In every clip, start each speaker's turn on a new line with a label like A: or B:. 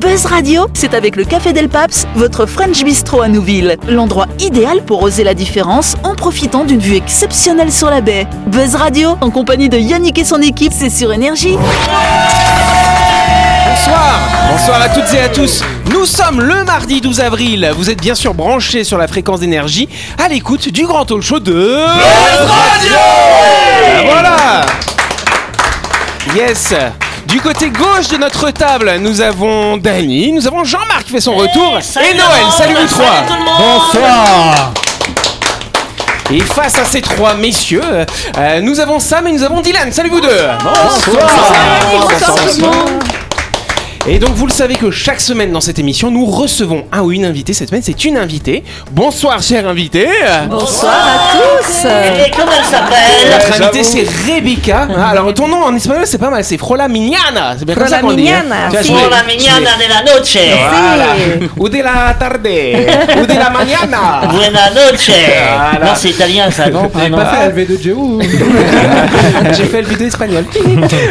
A: Buzz Radio, c'est avec le Café Del Paps, votre French Bistro à Nouville. L'endroit idéal pour oser la différence en profitant d'une vue exceptionnelle sur la baie. Buzz Radio, en compagnie de Yannick et son équipe, c'est sur Énergie.
B: Bonsoir Bonsoir à toutes et à tous Nous sommes le mardi 12 avril. Vous êtes bien sûr branchés sur la fréquence d'énergie à l'écoute du grand talk show de... Ah, Voilà Yes Du côté gauche de notre table, nous avons Dany, nous avons Jean-Marc qui fait son retour et Noël. Eh, Salut vous trois
C: Bonsoir
B: Et face à ces trois messieurs, euh, nous avons Sam et nous avons Dylan. Salut vous deux Et donc vous le savez que chaque semaine dans cette émission, nous recevons un ou une invitée. Cette semaine, c'est une invitée. Bonsoir chère invitée.
A: Bonsoir à tous
D: Et comment elle s'appelle
B: Notre invitée c'est Rebecca. Ah, alors ton nom en espagnol c'est pas mal, c'est Frola Mignana. C'est bien comme
E: Frola
B: ça qu'on dit. hein.
E: Mignana,
B: Tu vois, je voulais-
D: Pour la
B: je voulais-
D: mignana de la noche
B: Voilà. Ou de la tarde. Ou de la mañana.
D: Buena noche
B: Voilà.
D: Non, c'est italien ça, Ah non
C: T'avais pas fait la LV2 Géo
B: J'ai fait le vidéo espagnol.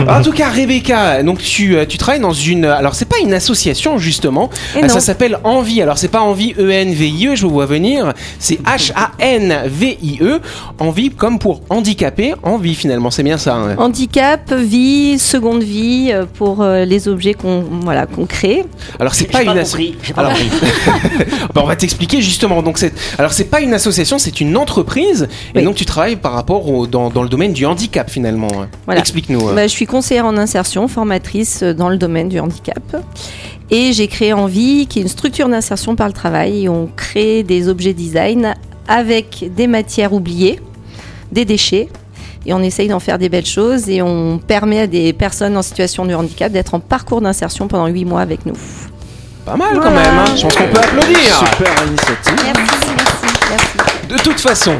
B: en tout cas, Rebecca, donc tu, euh, tu travailles dans une. Alors, c'est pas une association, justement.
E: Et
B: Euh,
E: non.
B: ça s'appelle Envie. Alors, c'est pas Envie E E-N-V-I-E, je vous vois venir. C'est H-A-N-V-I-E. E. Envie comme pour handicapé. Envie, finalement, c'est bien ça.
E: Oh.
B: hein.
E: Handicap, vie, seconde vie euh, pour euh, les objets qu'on voilà, qu'on crée.
B: Alors, c'est
D: J'ai pas,
B: pas une asso-
D: compris. J'ai pas
B: Alors,
D: compris.
B: Bah, on va t'expliquer justement. Donc, c'est... Alors, c'est pas une association, c'est une entreprise. Et
E: Oui.
B: donc, tu travailles par rapport au... dans, dans le domaine du handicap, finalement.
E: Voilà.
B: Explique-nous. hein.
E: Bah, je suis conseillère en insertion, formatrice euh, dans le domaine du handicap. Et j'ai créé Envie, qui est une structure d'insertion par le travail. Et on crée des objets design avec des matières oubliées, des déchets. Et on essaye d'en faire des belles choses. Et on permet à des personnes en situation de handicap d'être en parcours d'insertion pendant 8 mois avec nous.
B: Pas mal, quand
E: Voilà.
B: même. hein. Je pense qu'on peut applaudir.
E: Merci, merci, merci.
B: De toute façon.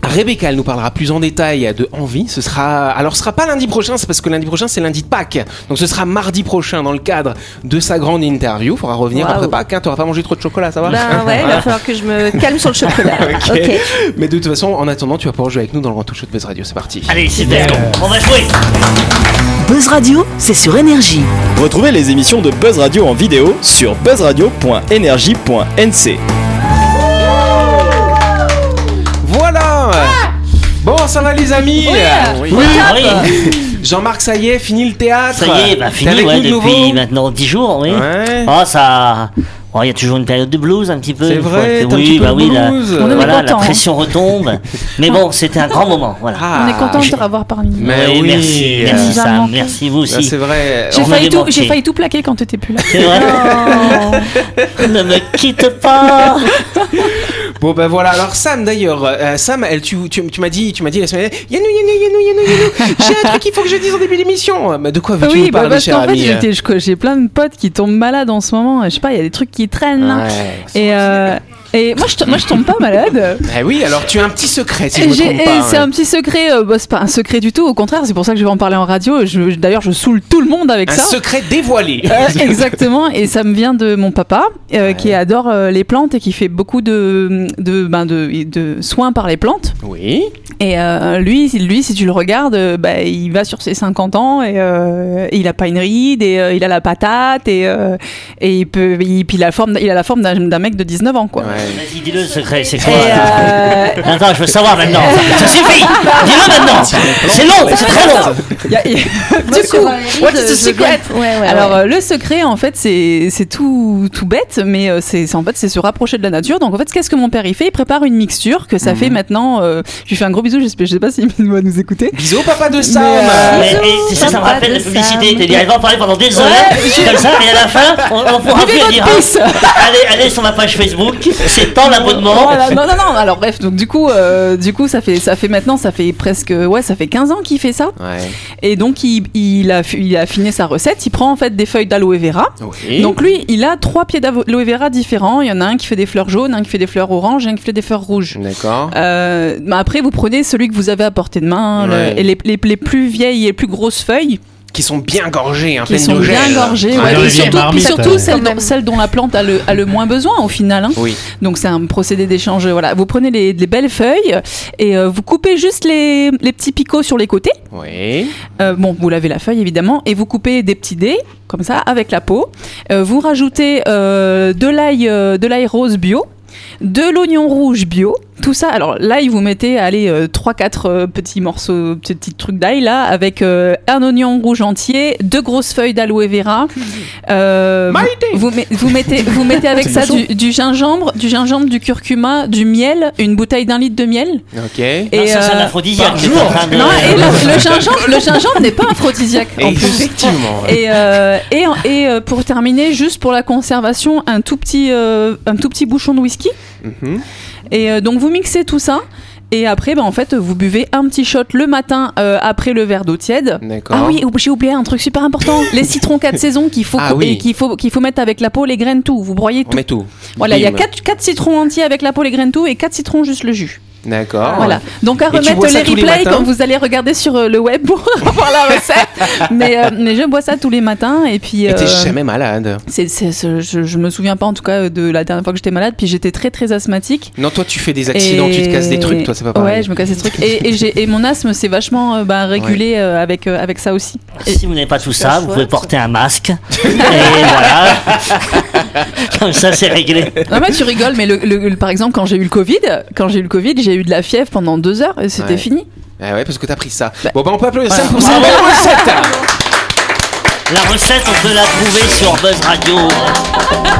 B: Rebecca, elle nous parlera plus en détail de Envie. Ce sera, alors ce sera pas lundi prochain, c'est parce que lundi prochain c'est lundi de Pâques. Donc ce sera mardi prochain dans le cadre de sa grande interview. Faudra revenir
E: Waouh.
B: après Pâques. Hein. T'auras pas mangé trop de chocolat, ça va
E: Ben ouais, il va falloir que je me calme sur le chocolat.
B: Ok.
E: Ok.
B: Mais de toute façon, en attendant, tu vas pouvoir jouer avec nous dans le Grand Touche de Buzz Radio. C'est parti.
D: Allez, super,
B: Euh,
D: on va jouer
A: Buzz Radio, c'est sur Énergie.
F: Retrouvez les émissions de Buzz Radio en vidéo sur buzzradio.energie.nc.
B: Voilà. Bon, ça va les amis.
D: Oui,
B: Jean-Marc, ça y est, fini le théâtre.
D: Ça y est, bah
B: T'es
D: fini
B: avec
D: ouais,
B: nous de
D: depuis
B: nouveau
D: maintenant 10 jours, oui.
B: Ouais.
D: Oh, ça. Oh, Il y a toujours une période de blues un petit peu.
B: C'est
D: une
B: vrai,
D: fois que-
B: t'as un
D: oui,
B: petit peu
D: bah
B: le
D: oui, la,
B: blues. On est
D: voilà, la
G: content, hein.
D: pression retombe. Mais bon, c'était un grand moment, voilà.
B: Ah,
G: On est content de te revoir parmi nous.
B: Mais
D: Ouais,
B: oui.
D: merci,
B: euh,
D: merci
G: Nous a
D: Sam,
G: manqué.
D: merci vous
B: ça,
D: aussi.
B: Bah, c'est vrai.
G: J'ai
D: On
G: failli,
D: m'avait
G: tout,
D: manqué.
G: j'ai failli tout plaquer quand t'étais plus là.
D: C'est vrai. ne me quitte pas.
B: Bon ben voilà, alors Sam d'ailleurs, euh, Sam, elle, tu, tu, tu m'as dit, tu m'as dit la semaine dernière, Yannou, Yannou, Yannou, Yannou, Yannou, j'ai un truc qu'il faut que je dise au début de l'émission. Mais de quoi veux-tu
G: oui,
B: nous
G: bah
B: parler,
G: parce
B: cher
G: qu'en fait,
B: ami
G: j'étais- je- j'ai plein de potes qui tombent malades en ce moment. Je sais pas, il y a des trucs qui traînent.
B: Ouais.
G: Et, euh, et moi, je, to- moi, je tombe pas malade.
B: Eh oui, alors tu as un petit secret si je
G: Et
B: me
G: j'ai-
B: trompe
G: et
B: pas.
G: c'est
B: hein.
G: un petit secret. euh, bah, c'est pas un secret du tout. Au contraire, c'est pour ça que je vais en parler en radio. Je- je- D'ailleurs, je saoule tout le monde avec
B: Un
G: ça.
B: secret dévoilé.
G: Euh, exactement, et ça me vient de mon papa euh, qui adore euh, les plantes et qui fait beaucoup de, de, ben, de, de soins par les plantes.
B: Oui.
G: Et euh, lui, si- lui, si tu le regardes, euh, bah, il va sur ses 50 ans et euh, il a pas une ride et euh, il a la patate et, euh, et il peut, il, puis il a la forme, il a la forme d'un d'un mec de 19 ans quoi.
B: Ouais.
D: Vas-y, dis-le le secret, c'est
G: Et,
D: quoi
G: euh, Bah,
D: Attends, je veux savoir maintenant. Ça suffit. Dis-le maintenant. C'est long, c'est très long.
G: y a- y a- du coup, what is the secret Alors euh, le secret, en fait, c'est c'est tout tout bête, mais euh, c'est c'est- en fait c'est se rapprocher de la nature. Donc en fait, qu'est-ce que mon père il fait Il prépare une mixture que ça fait maintenant. euh, je lui fais un gros bisou. J'espère, je sais pas s'il va nous écouter.
B: Bisous papa de Sam.
G: euh,
D: Mais
G: Bisous,
D: et, tu sais, ça me
G: papa
D: rappelle
G: de
D: la publicité.
G: Sam.
D: T'es dit, elle va en parler pendant des heures, comme ça, et à la fin, on, on pourra
G: Vivez
D: plus elle
G: votre
D: dira,
G: peace.
D: Allez, allez sur ma page Facebook, c'est tant l'abonnement.
G: Voilà, Non, non, non. Alors bref, donc du coup, euh, du coup, ça fait ça fait maintenant, ça fait presque ouais, ça fait 15 ans qu'il fait ça.
B: Ouais.
G: Et donc il, il a fi- il a affiné sa recette. Il prend en fait des feuilles d'aloe vera.
B: Oui.
G: euh, Donc lui, il a trois pieds d'aloe vera différents. Il y en a un qui fait des fleurs jaunes, un qui fait des fleurs oranges, et un qui fait des fleurs rouges.
B: D'accord.
G: Euh, bah après, vous prenez celui que vous avez à portée de main, le-
B: Ouais.
G: et les, les- les plus vieilles et les plus grosses feuilles.
B: qui sont bien gorgées, hein,
G: qui
B: pleines
G: sont
B: de gel.
G: bien gorgées.
B: Ah,
G: ouais,
B: dans
G: et
B: les
G: surtout,
C: vieilles
G: puis
C: marmites,
G: surtout
C: ouais.
G: celles,
E: Quand même.
G: dont, celles dont la plante a le, a le moins besoin au final. hein.
B: Oui.
G: Donc c'est un procédé d'échange. euh, Voilà, vous prenez les, les belles feuilles et euh, vous coupez juste les, les petits picots sur les côtés.
B: Oui.
G: Euh, bon, vous lavez la feuille évidemment et vous coupez des petits dés comme ça avec la peau. Euh, vous rajoutez euh, de l'ail, euh, de l'ail rose bio, de l'oignon rouge bio. Tout ça. Alors l'ail, vous mettez allez euh, 3 4 petits morceaux, petits, petits trucs d'ail là avec euh, un oignon rouge entier, deux grosses feuilles d'aloe vera. Euh, vous, vous met- vous mettez vous mettez avec ça du, du gingembre, du gingembre, du curcuma, du miel, une bouteille d'un litre de miel
B: Ok. Et
G: et
D: Ah, ça, c'est un
G: euh,
D: aphrodisiaque. t'es en train de-
G: non, et le, le gingembre, le gingembre n'est pas un aphrodisiaque en plus.
B: effectivement. ouais.
G: Et, euh, et, en- et, euh, pour terminer, juste pour la conservation, un tout petit, euh, un tout petit bouchon de whisky.
B: Mhm.
G: Et euh, donc vous mixez tout ça. Et après, bah, en fait, vous buvez un petit shot le matin euh, après le verre d'eau tiède.
B: D'accord.
G: Ah oui, ou- j'ai oublié un truc super important les citrons 4 saisons qu'il faut
B: Ah
G: couper-
B: oui.
G: qu'il faut qu'il faut mettre avec la peau, les graines tout. Vous broyez
B: On
G: tout.
B: met tout.
G: Voilà, il y a
B: Bim.
G: 4 quatre citrons entiers avec la peau, les graines tout et 4 citrons juste le jus.
B: D'accord.
G: Voilà. Donc à
B: Ah. tu
G: remettre
B: bois ça
G: les
B: tous les
G: replays
B: matins
G: quand vous allez regarder sur euh, le web pour avoir la recette. mais, euh, mais je bois ça tous les matins et puis.
B: Et t'es
G: euh,
B: jamais malade.
G: c'est- c'est- c'est- je, je me souviens pas en tout cas euh, de la dernière fois que j'étais malade, puis j'étais très très asthmatique.
B: Non, toi, tu fais des accidents,
G: Et-
B: tu te casses des trucs, toi, c'est pas pareil.
G: Ouais, je me casse des trucs. Et, et j'ai- et mon asthme c'est vachement euh, bah, régulé euh, avec, euh, avec ça aussi.
D: Si vous n'avez pas tout ça,
E: chouette.
D: vous pouvez porter un masque. et voilà. Comme ça, c'est réglé.
G: Non mais tu rigoles, mais le, le- le- par exemple quand j'ai eu le Covid, quand j'ai eu le Covid, j'ai eu de la fièvre pendant deux heures et c'était
B: Ouais.
G: fini.
B: Ah ouais, parce que t'as pris ça. Bon, bah, on peut applaudir ça
G: Voilà.
B: pour cette belle recette.
D: La recette, on peut la trouver sur Buzz Radio.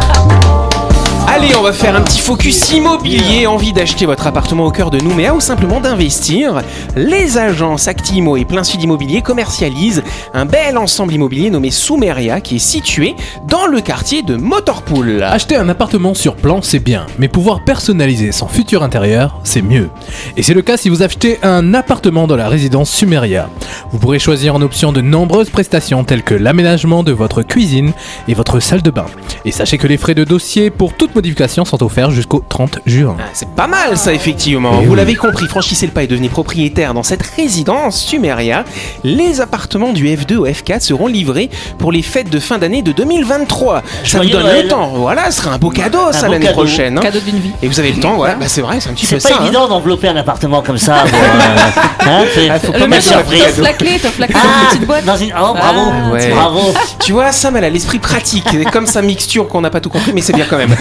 B: Allez, on va faire un petit focus immobilier. Envie d'acheter votre appartement au cœur de Nouméa ou simplement d'investir Les agences Actimo et Plein Sud Immobilier commercialisent un bel ensemble immobilier nommé Soumeria qui est situé dans le quartier de Motorpool.
C: Acheter un appartement sur plan, c'est bien, mais pouvoir personnaliser son futur intérieur, c'est mieux. Et c'est le cas si vous achetez un appartement dans la résidence Sumeria. Vous pourrez choisir en option de nombreuses prestations telles que l'aménagement de votre cuisine et votre salle de bain. Et sachez que les frais de dossier pour toute modification sont offerts jusqu'au 30 juin.
B: Ah, C'est pas mal ça effectivement.
C: Eh
B: Vous
C: oui.
B: l'avez compris, franchissez le pas et devenez propriétaire dans cette résidence Sumeria. Les appartements du F2 au F4 seront livrés pour les fêtes de fin d'année de 2023. Ça vous
D: Joyeux
B: donne
D: Noël.
B: le temps. Voilà, ce sera un beau cadeau ça
D: beau
B: l'année
D: cadeau.
B: prochaine. hein.
G: Cadeau d'une vie.
B: Et vous avez le temps, ouais, bah c'est vrai, c'est un petit peu
D: C'est pas
B: ça. hein.
D: évident d'envelopper un appartement comme ça. bon, euh, hein, c'est-
B: Ah, faut pas
D: pas
G: Le mec
B: mettre sur la
D: surprise.
G: t'offre la clé, t'offres la clé dans une
D: Ah,
G: petite boîte.
D: dans une... Oh, bravo,
G: Ah,
B: ouais.
D: bravo.
B: Tu vois, Sam, elle a l'esprit pratique. C'est comme sa mixture qu'on n'a pas tout compris, mais c'est bien quand même.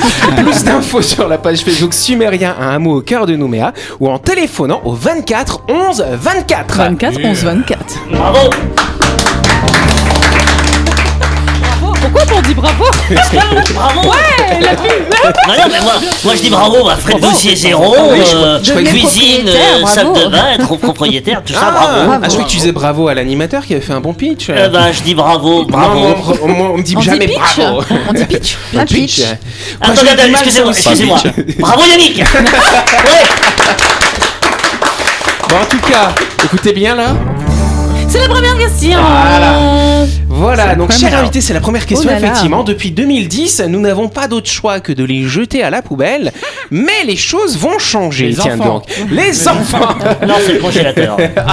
B: Plus d'infos sur la page Facebook Sumérien, un hameau au cœur de Nouméa, ou en téléphonant au 24 11 24.
G: 24, 11, 24.
D: Bravo.
G: Pourquoi on dit bravo
D: Bravo. Non, non, mais moi, moi, je dis bravo, bah, frais de dossier zéro,
B: Ah Oui, je-
D: euh,
B: je croyais que-
D: cuisine, euh, salle de bain, être propriétaire, tout ça, bravo.
B: Ah, je croyais que tu disais bravo à l'animateur qui avait fait un bon pitch.
D: Eh ben, je dis bravo, bravo.
B: Non, moi, on, on- on me dit
G: On dit
B: jamais
G: pitch
B: bravo.
G: On dit pitch
B: Un
E: Ah, pitch.
B: pitch. Moi,
D: Attendez,
B: j'ai
D: attendez,
B: du mal
D: excusez-moi,
B: sur-
D: excusez-moi. Bravo Yannick Ouais
B: Bon, en tout cas, écoutez bien là.
G: C'est la première question Ah,
B: Voilà, donc
C: pas
B: cher
C: mal.
B: invité, c'est la première question,
G: Oh là là.
B: effectivement. Depuis 2010, nous n'avons pas d'autre choix que de les jeter à la poubelle, mais les choses vont changer.
C: Les
B: Tiens
C: enfants.
B: donc, les enfants
D: Non, c'est le congélateur.
G: bah,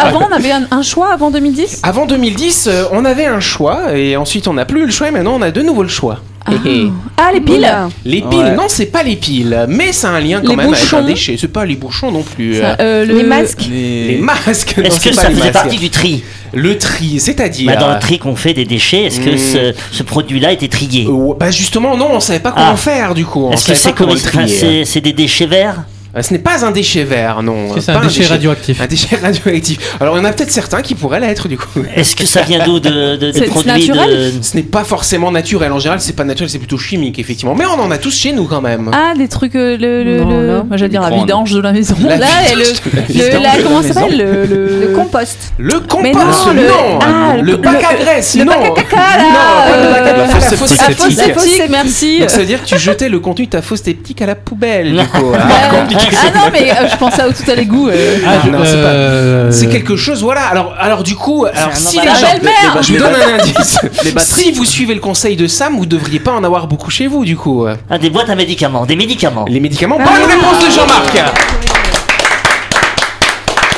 G: Avant, on avait un, un choix avant 2010
B: Avant 2010, euh, on avait un choix, et ensuite on n'a plus eu le choix, et maintenant on a de nouveau le choix. Hé hé.
G: Ah, les piles
E: Oula.
B: Les piles, non, c'est pas les piles, mais ça a un lien quand
G: Les
B: même avec
G: bouchons.
B: un déchet. C'est pas les bouchons non plus.
G: Ça,
B: Euh,
G: euh, le-
E: Les masques
B: Les masques, non,
D: Est-ce
B: c'est
D: que
B: pas
D: ça
B: les
D: faisait
B: masques.
D: partie du tri
B: Le tri, c'est-à-dire.
D: Bah, Dans le tri qu'on fait des déchets, est-ce que
B: Mm.
D: ce, ce produit-là était trié
B: Oh, bah justement, non, on savait pas comment
D: Ah.
B: faire du coup. On
D: Est-ce que
B: savait
D: c'est
B: pas comment
D: comme-
B: le
D: enfin,
B: trier. hein.
D: c'est c'est des déchets verts
B: Euh, Ce n'est pas un déchet vert, non.
C: C'est
B: Pas
C: un déchet radioactif.
B: Un déchet radioactif. Alors, il y en a peut-être certains qui pourraient l'être, du coup.
D: Est-ce que ça vient d'où de, de,
G: C'est-
D: des
G: c'est
D: produits de...
G: naturel
B: Ce n'est pas forcément naturel. En général, c'est pas naturel, c'est plutôt chimique, effectivement. Mais on en a tous chez nous, quand même.
G: Ah, les trucs, euh, le, le,
E: Non,
G: le-
E: non.
G: moi, j'allais dire la
F: Micro-ondes.
G: vidange de la maison.
B: La
G: là, et le,
B: vidange de la
G: le-
B: vidange
G: la-
B: de la
G: comment ça
B: maison.
G: s'appelle le, le-
E: Le compost.
B: Le compost,
G: Mais
B: non,
G: non, le- ah,
B: Le
G: le-
B: bac à
G: le-
B: graisse,
G: le
B: non
G: bac à caca, là,
B: Non, pas le
G: euh,
B: bac à-
G: la
B: la
F: fausse
B: fausse
G: la
B: sceptique.
G: fausse sceptique, merci.
B: Donc, ça veut dire que tu jetais le contenu de ta fausse sceptique à la poubelle, du coup. Ah,
G: Ouais.
B: compliqué.
G: Ah non, mais euh, je pensais à tout à l'égout. euh.
B: Ah, non, c'est pas-
C: Euh,
B: C'est quelque chose, voilà. Alors, alors du coup, alors,
D: un
B: si les
D: emballage.
B: gens-
G: La belle-mère
B: je vous donne un indice.
F: Les batteries.
B: si vous suivez le conseil de Sam, vous devriez pas en avoir beaucoup chez vous, du coup.
D: Ah, des boîtes à médicaments, des
G: Ah.
D: médicaments.
B: Les médicaments. Bonne réponse de Jean-Marc.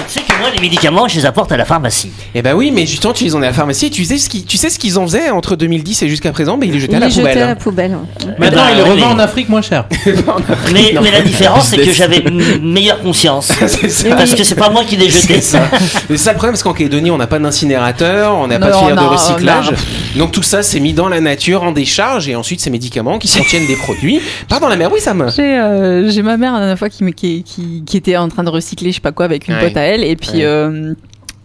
D: Tu sais que moi, les médicaments, je les apporte à la pharmacie.
B: Eh ben oui, mais justement, tu les emmenais à la pharmacie et tu sais ce qu'ils, tu sais ce qu'ils en faisaient entre 2010 et jusqu'à présent, mais ils les jetaient à
E: Il
B: la
E: est jeté à la
B: poubelle.
E: poubelle. ouais.
B: ben,
C: Maintenant,
D: Bah,
C: il les
D: oui,
C: revend en
D: mais-
C: Afrique moins cher.
D: Mais, mais la différence, c'est que j'avais une meilleure conscience.
B: C'est ça.
D: Parce que c'est pas moi qui l'ai jeté.
B: C'est ça. C'est ça le problème, parce qu'en Calédonie, on n'a pas d'incinérateur, on n'a pas de
G: Non,
B: filière de
G: non,
B: recyclage. Donc tout ça, c'est mis dans la nature, en décharge, et ensuite ces médicaments qui contiennent des produits partent dans la mer. Oui, ça me.
G: J'ai euh, j'ai ma mère la dernière fois qui, me- qui, qui, qui était en train de recycler, je sais pas quoi, avec une
B: Ouais.
G: pote à elle, et puis
B: Ouais.
G: euh,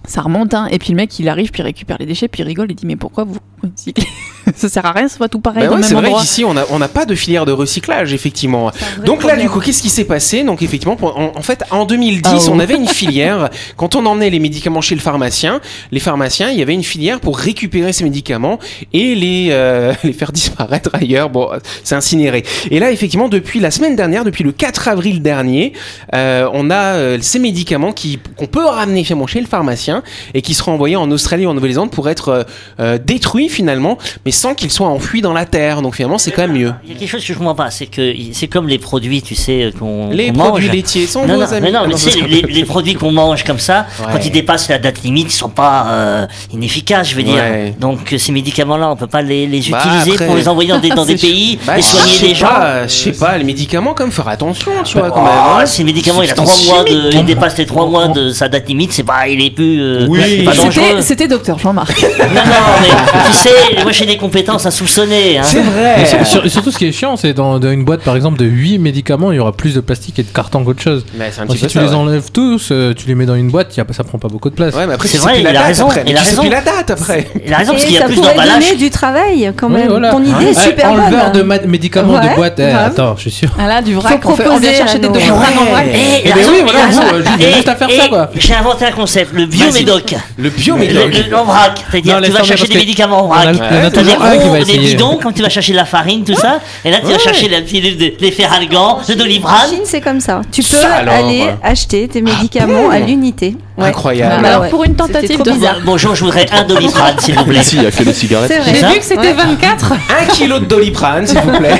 G: ça remonte, hein. Et puis le mec, il arrive, puis il récupère les déchets, puis il rigole, il dit Mais pourquoi vous recyclez Ça sert à rien, c'est pas tout pareil
B: Bah
G: dans
B: ouais,
G: le
B: c'est
G: même
B: vrai
G: endroit.
B: qu'ici on n'a on n'a pas de filière de recyclage effectivement. Donc là du coup qu'est-ce qui s'est passé Donc effectivement pour- en, en fait en 2010
G: Oh.
B: on avait une filière quand on emmenait les médicaments chez le pharmacien, les pharmaciens il y avait une filière pour récupérer ces médicaments et les euh, les faire disparaître ailleurs. Bon c'est incinéré. Et là effectivement depuis la semaine dernière, depuis le 4 avril dernier, euh, on a euh, ces médicaments qui qu'on peut ramener finalement chez le pharmacien et qui seront envoyés en Australie ou en Nouvelle-Zélande pour être euh, euh, détruits finalement, mais sans qu'ils soient enfouis dans la terre. Donc finalement, c'est quand même mieux.
D: Il y a quelque chose que je comprends pas, c'est que il- c'est comme les produits, tu sais, euh, qu'on
B: Les
D: qu'on
B: produits
D: mange.
B: laitiers sont
D: Non,
B: vos
D: non,
B: amis.
D: mais non,
B: Ah,
D: mais
B: non,
D: tu sais,
B: c'est-
D: les, les produits qu'on mange comme ça,
B: Ouais.
D: quand ils dépassent la date limite, ils sont pas euh, inefficaces, je veux dire.
B: Ouais.
D: Donc euh, ces médicaments-là, on peut pas les, les
B: Bah,
D: utiliser
B: après-
D: pour les envoyer dans des, dans des
G: C'est
D: pays
B: Bah,
D: et
B: je
D: soigner
B: sais
D: les gens.
B: pas, euh, je sais pas, les médicaments quand même, faire attention, tu vois, quand même.
D: Oh,
B: hein.
D: si le médicament il a
B: Substance
D: trois mois de,
B: chimique.
D: il dépasse les trois mois de sa date limite, c'est pas, il est plus, euh,
B: Oui.
D: c'est pas
B: C'était-
D: dangereux.
G: C'était- C'était docteur Jean-Marc.
D: Non, non, mais tu sais, moi j'ai des compétences à soupçonner. Hein.
B: C'est vrai.
C: Et sur- et surtout, ce qui est chiant, c'est dans, dans une boîte, par exemple, de 8 médicaments, il y aura plus de plastique et de carton qu'autre chose.
B: Mais c'est un
C: Donc,
B: petit peu
C: Oh, Bah, si tu
B: ça,
C: les
B: ouais.
C: enlèves tous, euh, tu les mets dans une boîte, y a pas- ça prend pas beaucoup de place.
B: Ouais, mais après,
D: C'est
B: tu sais
D: vrai,
B: plus la
D: il a
B: date
D: raison,
B: après. Mais
D: il a
B: tu sais
D: raison.
B: plus la date après.
D: Il a raison parce
E: Et
D: qu'il y a
E: ça
D: plus
E: pourrait
D: d'emballage.
E: donner du travail quand
C: Ouais,
E: même.
C: voilà.
E: Ton idée est
C: Ouais,
E: super
C: enleveur
E: bonne.
C: de ma- médicaments de
E: Ouais,
C: boîte. Eh,
E: grave.
C: attends, je suis sûr.
G: Ah là, du vrac,
E: Faut
G: on, fait- on vient
E: proposer,
G: chercher des
E: alors.
G: docteurs
E: Ouais.
G: Jean-Marc.
D: Eh, il a
C: Eh ben
D: raison,
C: oui,
D: il a
C: voilà,
D: raison.
C: vous, euh, Jules, il y a
D: Eh,
C: juste à faire
D: eh,
C: ça, quoi.
D: J'ai inventé un concept, le biomédoc.
B: Le
D: Le-
B: biomédoc.
D: le- En vrac,
C: Non,
D: c'est-à-dire tu
C: laisse
D: vas
C: tomber,
D: chercher
C: parce
D: des
C: que
D: médicaments en
C: on a-
D: vrac.
C: il y en a
D: T'as des
C: toujours un qui va
D: ronds, des
C: essayer.
D: bidons, comme tu vas chercher de la farine, tout ça. Et là, tu vas chercher la pilule de les Ferralgan, le
E: En
D: Doliprane.
E: Chine, c'est comme ça. Tu peux
B: Ça, alors.
E: aller acheter tes médicaments à l'unité. Ouais.
B: Incroyable.
E: Bah,
G: Alors,
E: ouais.
G: pour une
E: C'était
G: tentative
E: trop
G: de-
E: bizarre.
D: Bonjour, je voudrais un Doliprane, s'il vous plaît.
F: Ici, il n'y a que les cigarettes.
E: C'est
D: J'ai
E: vrai.
D: ça
G: vu que c'était 24.
B: Un kilo de doliprane, s'il vous plaît.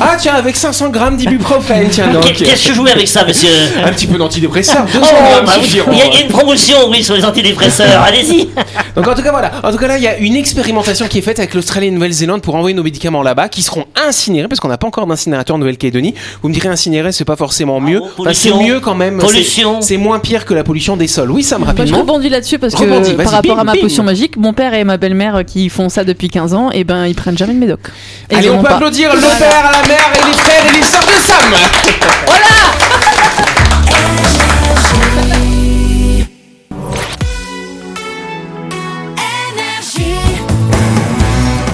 B: Ah, tiens, avec 500 grammes d'ibuprofène, tiens
D: Qu'est-
B: donc. Oh,
D: Qu'est-ce que je mets avec ça, monsieur
B: Un petit peu d'antidépresseur, 200
D: Oh,
B: grammes
D: bah oui,
B: suffiront.
D: il y a- il y a une promotion, oui, sur les antidépresseurs. Allez-y.
B: Donc en tout cas voilà, en tout cas là il y a une expérimentation qui est faite avec l'Australie et la Nouvelle-Zélande pour envoyer nos médicaments là-bas qui seront incinérés parce qu'on n'a pas encore d'incinérateur en Nouvelle-Calédonie. Vous me direz incinéré c'est pas forcément mieux,
D: bon,
B: Enfin, c'est
D: Ah, pollution.
B: mieux quand même. C'est-
D: Pollution.
B: C'est moins pire que la pollution des sols. Oui Sam
G: Moi, je
B: rapidement.
G: rebondis là-dessus parce que
B: Rebondis, vas-y,
G: par rapport
B: bim,
G: à ma
B: bim.
G: potion magique, mon père et ma belle-mère euh, qui font ça depuis 15 ans, et ben ils prennent jamais de médoc. Et
B: Allez
G: ils en
B: on
G: ont
B: peut
G: pas.
B: applaudir le père, la mère et les frères et les sœurs de Sam.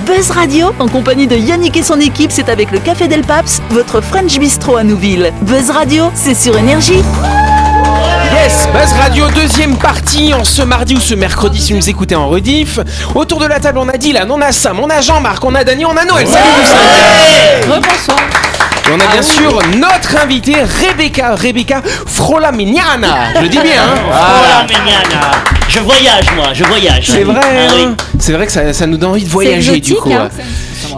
A: Buzz Radio, en compagnie de Yannick et son équipe, c'est avec le Café Del Paps, votre French Bistro à Nouville. Buzz Radio, c'est sur Énergie.
B: Yes, Buzz Radio, deuxième partie, en ce mardi ou ce mercredi si vous nous écoutez en rediff. Autour de la table, on a Dylan, on a Sam, on a Jean-Marc, on a Dany, on a Noël. Salut vous cinq.
G: Rebonsoir.
B: Et
G: Ah
B: on a bien sûr notre invitée Rebecca, Rebecca Frolamignana. Je le dis bien, hein
G: Ah
D: Voilà, Méniana. Je voyage, moi, je voyage.
B: C'est vrai,
D: Ah oui.
B: hein c'est vrai que ça, ça nous donne envie de
E: C'est
B: voyager
E: exotique,
B: du coup.
E: hein.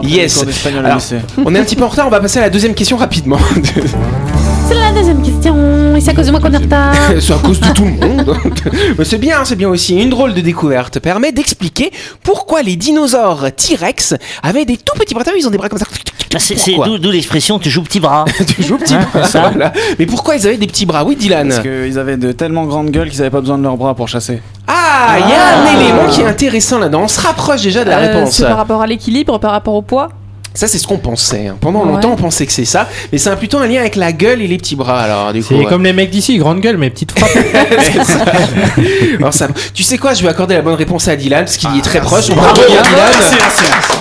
B: Yes. Alors, on est un petit peu en retard, on va passer à la deuxième question rapidement.
G: C'est la deuxième question. Et c'est à cause de moi qu'on est en retard.
B: c'est à cause de tout le monde. Mais c'est bien, c'est bien aussi. Une drôle de découverte permet d'expliquer pourquoi les dinosaures T-Rex avaient des tout petits bras. T'as vu, ils ont des bras comme ça.
D: Bah, c'est c'est
B: Pourquoi
D: d'où d'où l'expression tu joues petit bras.
B: Tu joues petit
D: Hein,
B: bras,
D: c'est ça.
B: voilà. Mais pourquoi ils avaient des petits bras Oui, Dylan.
H: Parce qu'ils avaient de tellement grandes gueules qu'ils n'avaient pas besoin de leurs bras pour chasser.
B: Ah, il y a un
D: Ah.
B: élément qui est intéressant là-dedans. On se rapproche déjà de la
G: Euh,
B: réponse. hein.
G: c'est par rapport à l'équilibre, par rapport au poids.
B: Ça, c'est ce qu'on pensait. hein. Pendant longtemps,
G: Ouais.
B: on pensait que c'est ça, mais c'est un- plutôt un lien avec la gueule et les petits bras. Alors, du coup,
C: C'est
B: ouais.
C: comme les mecs d'ici, grande gueule, mais petite frappe.
B: C'est ça. Alors, ça- Tu sais quoi Je vais accorder la bonne réponse à Dylan parce qu'il y est très proche. Bravo,
H: Bravo,
B: Dylan.
H: merci, merci, merci.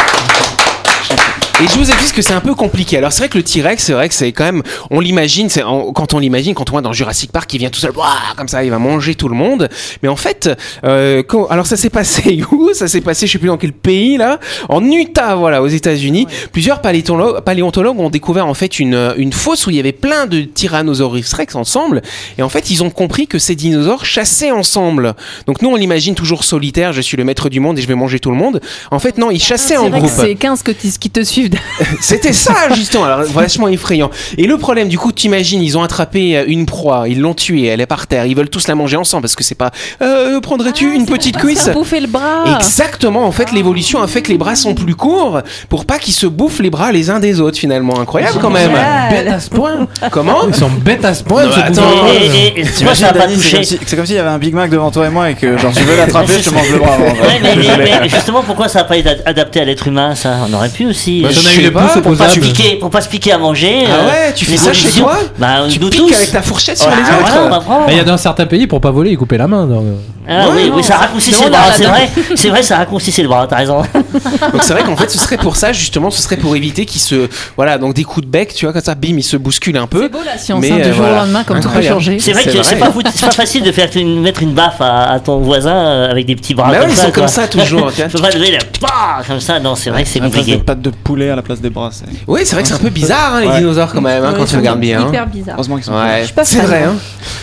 B: Et je vous explique que c'est un peu compliqué. Alors, c'est vrai que le T-Rex, c'est vrai que c'est quand même, on l'imagine, c'est en- quand on l'imagine, quand on voit dans Jurassic Park, il vient tout seul, ouah, comme ça, il va manger tout le monde. Mais en fait, euh, quand- alors ça s'est passé où Ça s'est passé, je sais plus dans quel pays là, en Utah, voilà, aux États-Unis. Plusieurs paléontolo- paléontologues ont découvert en fait une, une fosse où il y avait plein de Tyrannosaurus Rex ensemble. Et en fait, ils ont compris que ces dinosaures chassaient ensemble. Donc nous, on l'imagine toujours solitaire, je suis le maître du monde et je vais manger tout le monde. En fait, non, ils chassaient en
G: C'est vrai que
B: groupe.
G: c'est 15 que t- qui te suivent sud.
B: C'était ça, justement. Alors, vachement effrayant. Et le problème, du coup, t'imagines, ils ont attrapé euh, une proie, ils l'ont tuée, elle est par terre, ils veulent tous la manger ensemble parce que c'est pas. Euh,
G: Ah,
B: prendrais-tu une petite cuisse
G: bouffer le bras.
B: Exactement, en fait, l'évolution a fait que les bras sont plus courts pour pas qu'ils se bouffent les bras les uns des autres, finalement. Incroyable, quand même.
G: Génial.
C: Bêtes à ce point.
B: Comment
C: Ils sont bêtes à ce point.
F: Non,
C: ce
F: mais
C: bouffe-
F: attends.
D: Et, et- et- tu vois, ça va pas
H: Dani, c'est
D: touché.
H: comme si- c'est comme s'il y avait un Big Mac devant toi et moi et que genre tu veux l'attraper, je te mange le bras avant.
D: Ouais, mais, mais- mais justement, pourquoi ça n'a pas été ad- adapté à l'être humain, ça On aurait pu aussi.
C: Bah,
D: euh,
C: t'en as
B: je
C: eu les
B: sais pas,
C: pouces
B: pour
D: pour pas, se
C: opposables.
D: piquer, pour pas se piquer à manger.
B: Ah
D: euh,
B: ouais, tu fais
D: les
B: ça chez
D: évolutions.
B: toi
D: Bah,
B: Tu
D: nous
B: piques
D: tous.
B: avec ta fourchette sur
D: Ah,
B: les autres.
D: voilà, on va prendre.
C: Bah, Il y a dans certains pays, pour pas voler, ils coupaient la main. donc, euh.
D: Ah oui,
B: Ouais,
D: oui, ça raccourcissait le
G: Non,
D: bras,
G: non,
D: c'est
G: non.
D: vrai, c'est vrai, ça raccourcissait le bras, t'as raison.
B: Donc c'est vrai qu'en fait ce serait pour ça justement, ce serait pour éviter qu'ils se voilà donc des coups de bec, tu vois comme ça, bim, ils se bousculent un peu.
G: beau la science,
B: Mais,
G: hein,
B: euh,
G: du jour
B: voilà.
G: au lendemain, comme tout peut
B: Incroyable.
G: changer.
D: C'est vrai
B: C'est
D: que c'est
B: vrai.
D: pas, fou- c'est pas facile de faire une- mettre une baffe à, à ton voisin euh, avec des petits bras.
B: Bah
D: comme
B: oui, ils
D: ça,
B: sont
D: quoi.
B: comme ça toujours. tu vois.
D: Faut pas lever la bah, comme ça, non, c'est vrai que c'est
H: À la place des
D: compliqué.
H: pattes de poulet à la place des bras. c'est-
B: Oui, c'est vrai que c'est un peu bizarre hein, les
H: Ouais.
B: dinosaures quand même hein,
E: Ouais,
B: quand
E: ils
B: tu
E: sont
B: regardes bien.
E: Hyper
B: hein.
E: bizarre.
H: Heureusement qu'ils sont
B: Ouais,
E: suis pas
B: c'est
E: fan,
B: vrai.
E: moi.
B: Hein.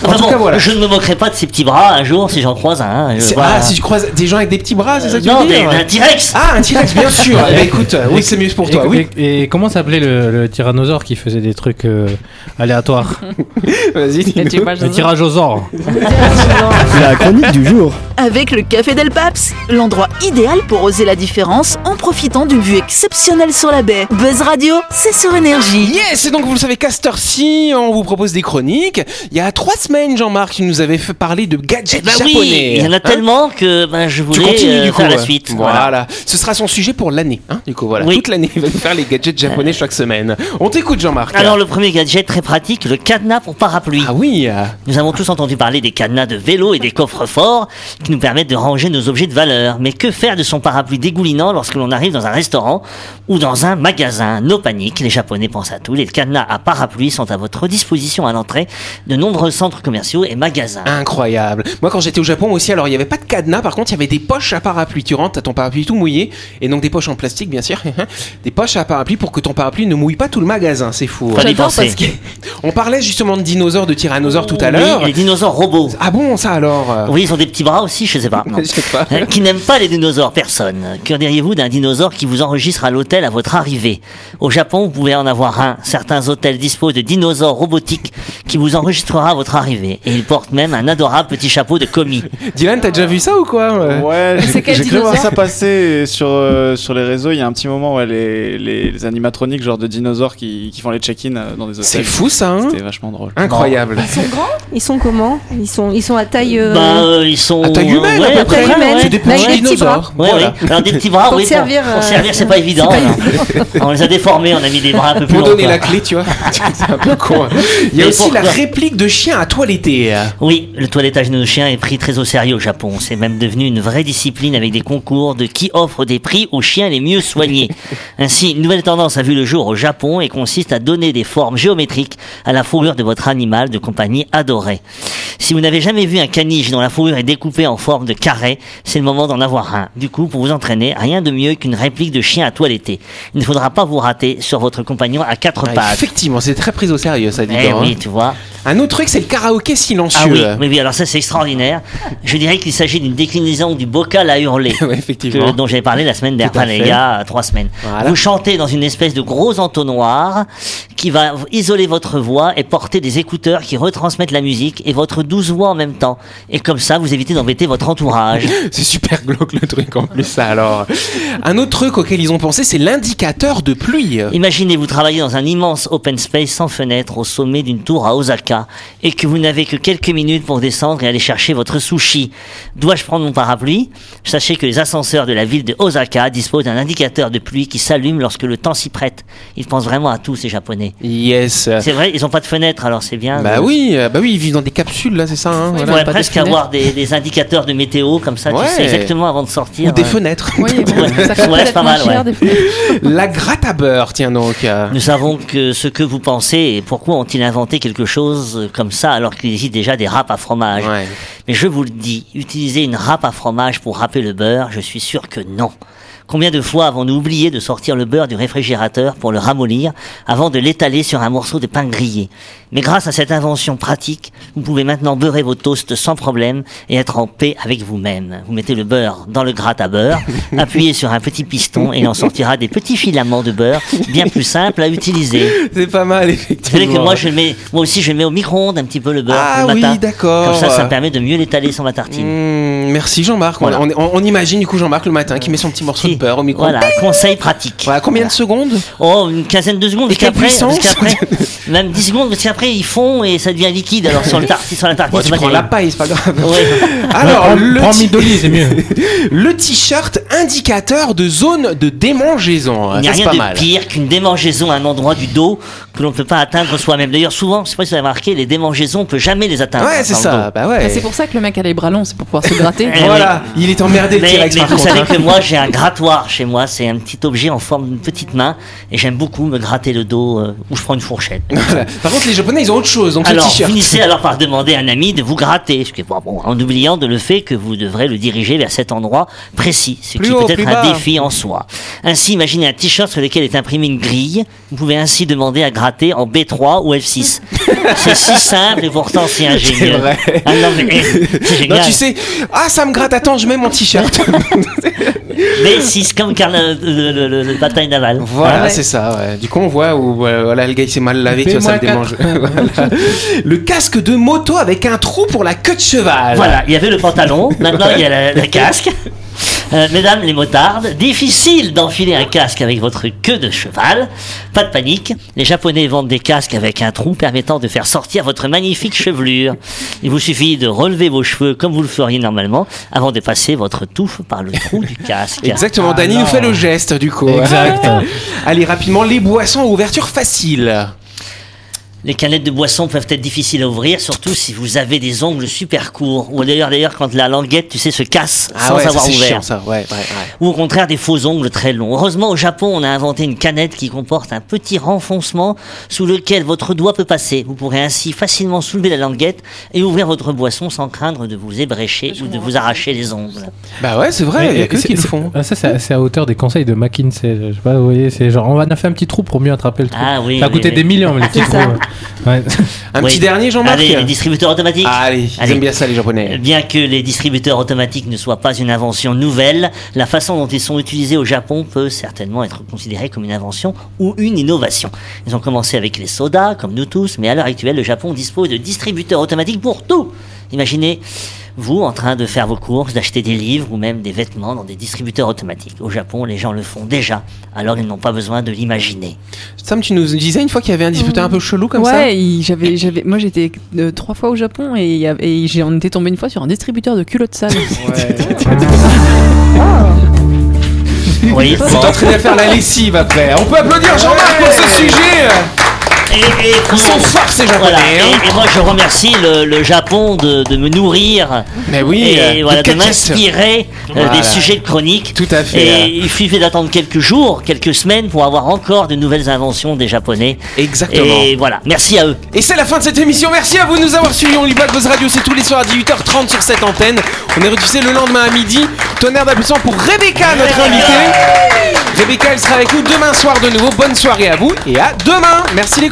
D: Enfin
B: en tout
D: bon,
B: cas, voilà.
D: je ne me moquerai pas de ces petits bras un jour si j'en croise un. hein, je
B: C'est-
D: vois.
B: Ah, si tu croises des gens avec des petits bras, c'est ça que tu
D: non,
B: veux
D: des,
B: dire
D: un T-Rex.
B: Ah, un T-Rex, bien sûr. bah écoute, oui, c'est mieux pour toi.
I: Et-
B: Oui,
I: Et, et comment s'appelait le, le tyrannosaure qui faisait des trucs euh, aléatoires
B: vas-y. dis-nous.
I: Le tyrannosaure.
F: La chronique du jour.
A: Avec le Café Del Paps, l'endroit idéal pour oser la différence en profitant d'une vue exceptionnelle sur la baie. Buzz Radio, c'est sur énergie.
B: Yes, et donc vous le savez, Castor si on vous propose des chroniques. Il y a trois semaines, Jean-Marc, il nous avait fait parler de gadgets
D: Bah
B: japonais.
D: oui, il y en a
B: Hein
D: tellement que ben, je
B: Tu
D: voulais
B: continues
D: euh,
B: du coup.
D: faire la
B: ouais.
D: suite.
B: Voilà.
D: Voilà.
B: Ce sera son sujet pour l'année. Hein, du coup, voilà.
D: Oui. Euh.
B: Toute l'année, il va nous faire les gadgets japonais chaque semaine. On t'écoute, Jean-Marc.
D: Alors le premier gadget très pratique, le cadenas pour parapluie.
B: Ah oui. euh,
D: Nous avons tous entendu parler des cadenas de vélo et des coffres forts qui nous permettent de ranger nos objets de valeur. Mais que faire de son parapluie dégoulinant lorsque l'on arrive dans un restaurant ou dans un magasin No panique, les Japonais pensent à tout. Les cadenas à parapluie sont à votre disposition à l'entrée de nombreux centres commerciaux et magasins.
B: Ah, Incroyable. Moi, quand j'étais au Japon aussi, alors il n'y avait pas de cadenas. Par contre, il y avait des poches à parapluie. Tu rentres, t'as ton parapluie tout mouillé. Et donc des poches en plastique, bien sûr. des poches à parapluie pour que ton parapluie ne mouille pas tout le magasin. C'est fou. hein.
D: Fallait y
G: J'adore
D: penser.
G: parce que
B: On parlait justement de dinosaures, de tyrannosaures tout à
D: Oui,
B: l'heure.
D: les dinosaures robots.
B: Ah bon, ça alors euh,
D: Oui, ils ont des petits bras aussi, je sais pas. non.
B: Je sais pas.
D: Euh, qui n'aime pas les dinosaures, personne. Que diriez-vous d'un dinosaure qui vous enregistre à l'hôtel à votre arrivée Au Japon, vous pouvez en avoir un. Certains hôtels disposent de dinosaures robotiques qui vous enregistrera à votre arrivée. Et il porte même un adorable petit chapeau de commis.
B: Dylan, t'as déjà vu ça ou quoi euh
H: Ouais,
G: c'est
H: j'ai
G: quel
H: j'ai cru voir ça
G: dinosaure
H: passer sur, euh, sur les réseaux. Il y a un petit moment, ouais, les, les, les animatroniques, genre de dinosaures qui, qui font les check-in euh, dans des hôtels.
B: C'est fou ça, hein
H: C'était vachement drôle.
B: Incroyable.
E: Ils sont comment ils sont, ils sont à taille. euh,
D: Bah, euh, ils sont.
B: À taille humaine, à
D: ouais,
B: peu
D: à peu
B: près.
E: taille humaine.
D: ouais.
B: C'est des
E: Bah,
B: petits
E: il a des petits
B: dinosaures.
D: Ouais,
B: Voilà.
D: oui. Alors des petits bras,
E: Pour
D: oui.
E: servir,
D: pour,
E: euh,
D: servir, c'est pas évident. non. on les a déformés, on a mis des bras un peu plus
B: Pour
D: longs.
B: donner
D: quoi.
B: la clé, tu vois. C'est un peu con. hein. Il y a
D: Mais
B: aussi la
D: pourquoi
B: réplique de chien à toiletter.
D: Oui, le toilettage de nos chiens est pris très au sérieux au Japon. C'est même devenu une vraie discipline avec des concours de qui offre des prix aux chiens les mieux soignés. Ainsi, une nouvelle tendance a vu le jour au Japon et consiste à donner des formes géométriques à la fourrure de votre animal de compagnie adoré. Si vous n'avez jamais vu un caniche dont la fourrure est découpée en forme de carré, c'est le moment d'en avoir un. Du coup, pour vous entraîner, rien de mieux qu'une réplique de chien à toiletter. Il ne faudra pas vous rater sur votre compagnon à quatre
B: Ah,
D: pattes.
B: effectivement, c'est très pris au sérieux, ça dit.
D: Eh oui, tu vois.
B: Un autre truc, c'est le karaoké
D: Ah oui,
B: silencieux.
D: oui, oui, alors ça c'est extraordinaire. Je dirais qu'il s'agit d'une déclinaison du bocal à hurler.
B: Ouais, effectivement.
D: que- dont j'avais parlé la semaine dernière,
B: Tout à
D: enfin,
B: fait.
D: il y a trois semaines.
B: Voilà.
D: Vous chantez dans une espèce de gros entonnoir qui va isoler votre voix et porter des écouteurs qui retransmettent la musique et votre douce voix en même temps. Et comme ça, vous évitez d'embêter votre entourage.
B: C'est super glauque le truc en plus, ça alors. Un autre truc auquel ils ont pensé, c'est l'indicateur de pluie.
D: Imaginez vous travaillez dans un immense open space sans fenêtre au sommet d'une tour à Osaka et que vous n'avez que quelques minutes pour descendre et aller chercher votre sushi. Dois-je prendre mon parapluie Sachez que les ascenseurs de la ville de Osaka disposent d'un indicateur de pluie qui s'allume lorsque le temps s'y prête. Ils pensent vraiment à tout ces japonais.
B: Yes.
D: C'est vrai, ils n'ont pas de fenêtre alors c'est bien.
B: Euh. Bah
D: de-
B: oui, euh, bah oui, ils vivent dans des capsules là, c'est ça. hein,
D: Il
B: voilà.
D: pourrait presque avoir des, des indicateurs de météo comme ça,
B: Ouais.
D: tu sais exactement avant de sortir.
B: Ou des
D: euh,
B: fenêtres.
G: Oui, bon, ça coûte
D: Ouais, c'est
G: peut-être
D: pas
G: moins
D: mal, ouais.
G: cher des fois.
B: La gratte à beurre, tiens donc. euh.
D: Nous savons que ce que vous pensez et pourquoi ont-ils inventé quelque chose comme ça alors qu'il existe déjà des râpes à fromage.
B: Ouais.
D: Mais je vous le dis, utiliser une râpe à fromage pour râper le beurre, je suis sûr que non. Combien de fois avons-nous oublié de sortir le beurre du réfrigérateur pour le ramollir avant de l'étaler sur un morceau de pain grillé Mais grâce à cette invention pratique, vous pouvez maintenant beurrer vos toasts sans problème et être en paix avec vous-même. Vous mettez le beurre dans le gratte à beurre, appuyez sur un petit piston et il en sortira des petits filaments de beurre bien plus simples à utiliser.
B: C'est pas mal,
D: Vous savez
B: effectivement.
D: que moi, je le mets, moi aussi, je le mets au micro-ondes un petit peu le beurre
B: ah
D: le matin.
B: oui, d'accord.
D: Comme ça, ça me permet de mieux l'étaler sur ma tartine.
B: Hmm, merci Jean-Marc. On-
D: Voilà.
B: On, on- on imagine du coup Jean-Marc le matin qui met son petit morceau de beurre au micro.
D: Voilà, conseil pratique.
B: Voilà, combien de secondes
D: Oh, une quinzaine de secondes,
B: Et
D: parce
B: quelle
D: qu'après,
B: puissance
D: parce qu'après- même 10 secondes, parce qu'après ils font et ça devient liquide. Alors sur, le tarti, sur la tartine,
B: Bon, Tu
D: c'est pas
B: prends la
D: terrible.
B: paille, c'est pas grave.
D: Ouais.
B: Ah, Alors, le
C: prends
B: ti-
C: Midoli, c'est mieux.
B: le t-shirt indicateur de zone de démangeaison.
D: Il n'y a
B: Ça, c'est
D: rien
B: pas
D: de
B: mal.
D: pire qu'une démangeaison à un endroit du dos que l'on ne peut pas atteindre soi-même. D'ailleurs, souvent, je sais pas si vous avez remarqué, les démangeaisons, on ne peut jamais les atteindre. hein,
B: Ouais, c'est
D: dans le
B: ça. Bah ouais.
G: Bah, c'est pour ça que le mec a les bras longs, c'est pour pouvoir se gratter.
D: Eh
B: Voilà, il est emmerdé le
D: Mais,
B: T-Rex
D: mais
B: par
D: vous
B: contre.
D: savez
B: hein.
D: que moi j'ai un grattoir chez moi, c'est un petit objet en forme d'une petite main et j'aime beaucoup me gratter le dos euh, où je prends une fourchette.
B: Voilà. Par contre, les Japonais, ils ont autre chose. Donc, le
D: Alors
B: t-shirt.
D: finissez alors par demander à un ami de vous gratter, ce qui est pas bon, en oubliant de le fait que vous devrez le diriger vers cet endroit précis, ce
B: Plus
D: qui
B: haut,
D: peut être
B: plus bas.
D: un défi en soi. Ainsi, imaginez un t-shirt sur lequel est imprimée une grille. Vous pouvez ainsi demander à gratter en B3 ou F6. c'est si simple et pourtant si ingénieux.
B: vrai.
D: Ah non, mais, eh, c'est
B: Non,
D: génial.
B: tu sais, ah, ça me gratte, attends, je mets mon t-shirt.
D: Mais si c'est comme car le, le- le- le- le bataille navale.
B: voilà, c'est ça, ouais. Du coup, on voit où euh, voilà, le gars, il s'est mal lavé, tu vois, ça me démange. Voilà. Le casque de moto avec un trou pour la queue de cheval.
D: Voilà, il y avait le pantalon, maintenant il y a la- le casque. Euh, mesdames les motardes, difficile d'enfiler un casque avec votre queue de cheval. Pas de panique, les Japonais vendent des casques avec un trou permettant de faire sortir votre magnifique chevelure. Il vous suffit de relever vos cheveux comme vous le feriez normalement avant de passer votre touffe par le trou du casque.
B: Exactement,
I: Ah,
B: Dany nous
I: non.
B: fait le geste, du coup.
I: Exact.
B: Allez, rapidement, les boissons à ouverture facile.
D: Les canettes de boisson peuvent être difficiles à ouvrir, surtout si vous avez des ongles super courts. Ou d'ailleurs, d'ailleurs, quand la languette, tu sais, se casse sans
B: Ah ouais, ça,
D: avoir
B: c'est
D: ouvert.
B: chiant, ça. Ouais, ouais, ouais.
D: ou au contraire des faux ongles très longs. Heureusement, au Japon, on a inventé une canette qui comporte un petit renfoncement sous lequel votre doigt peut passer. Vous pourrez ainsi facilement soulever la languette et ouvrir votre boisson sans craindre de vous ébrécher ou de vous arracher les ongles.
B: Bah ouais, c'est vrai, il y a que eux qui le font.
I: Ah, ça, c'est à- c'est à hauteur des conseils de McKinsey. Je sais pas, vous voyez, c'est genre, on va faire un petit trou pour mieux attraper le trou.
D: Ah oui,
I: ça a
D: oui,
I: coûté
D: oui.
I: des millions, mais le petit
E: C'est
I: trou.
E: ça.
I: euh, ouais.
B: Un
D: Oui.
B: petit dernier, Jean-Marc
D: Allez, les distributeurs automatiques.
B: Ah, Allez, ils
D: Allez.
B: aiment bien ça, les Japonais.
D: Euh, Bien que les distributeurs automatiques ne soient pas une invention nouvelle, la façon dont ils sont utilisés au Japon peut certainement être considérée comme une invention ou une innovation. Ils ont commencé avec les sodas, comme nous tous, mais à l'heure actuelle, le Japon dispose de distributeurs automatiques pour tout. Imaginez vous en train de faire vos courses, d'acheter des livres ou même des vêtements dans des distributeurs automatiques. Au Japon, les gens le font déjà, alors ils n'ont pas besoin de l'imaginer.
B: Sam, tu nous disais une fois qu'il y avait un distributeur un peu chelou comme ça.
G: ouais, il- j'avais, j'avais, moi j'étais euh, trois fois au Japon et, il y avait- et j'ai- on était tombé une fois sur un distributeur de culottes sales.
D: Vous voyez
B: T'es
D: Bon.
B: en train de faire la lessive après. On peut applaudir Jean-Marc pour ce sujet.
D: Et- et-
B: Ils sont forts ces Japonais.
D: Voilà.
B: hein.
D: Et, et moi, je remercie le, le Japon de, de me nourrir
B: Mais oui.
D: et
B: euh,
D: voilà, de
B: Kit Kat.
D: m'inspirer euh,
B: Voilà.
D: des sujets de chronique.
B: Tout à fait.
D: Et il suffit d'attendre quelques jours, quelques semaines pour avoir encore de nouvelles inventions des Japonais.
B: Exactement.
D: Et voilà, merci à eux.
B: Et c'est la fin de cette émission. Merci à vous de nous avoir suivis. On lui bat de vos radios. C'est tous les soirs à 18h30 sur cette antenne. On est rediffusé le lendemain à midi. Tonnerre d'applaudissements pour Rebecca, notre invitée. Rebecca, elle sera avec nous demain soir de nouveau. Bonne soirée à vous et à demain. Merci les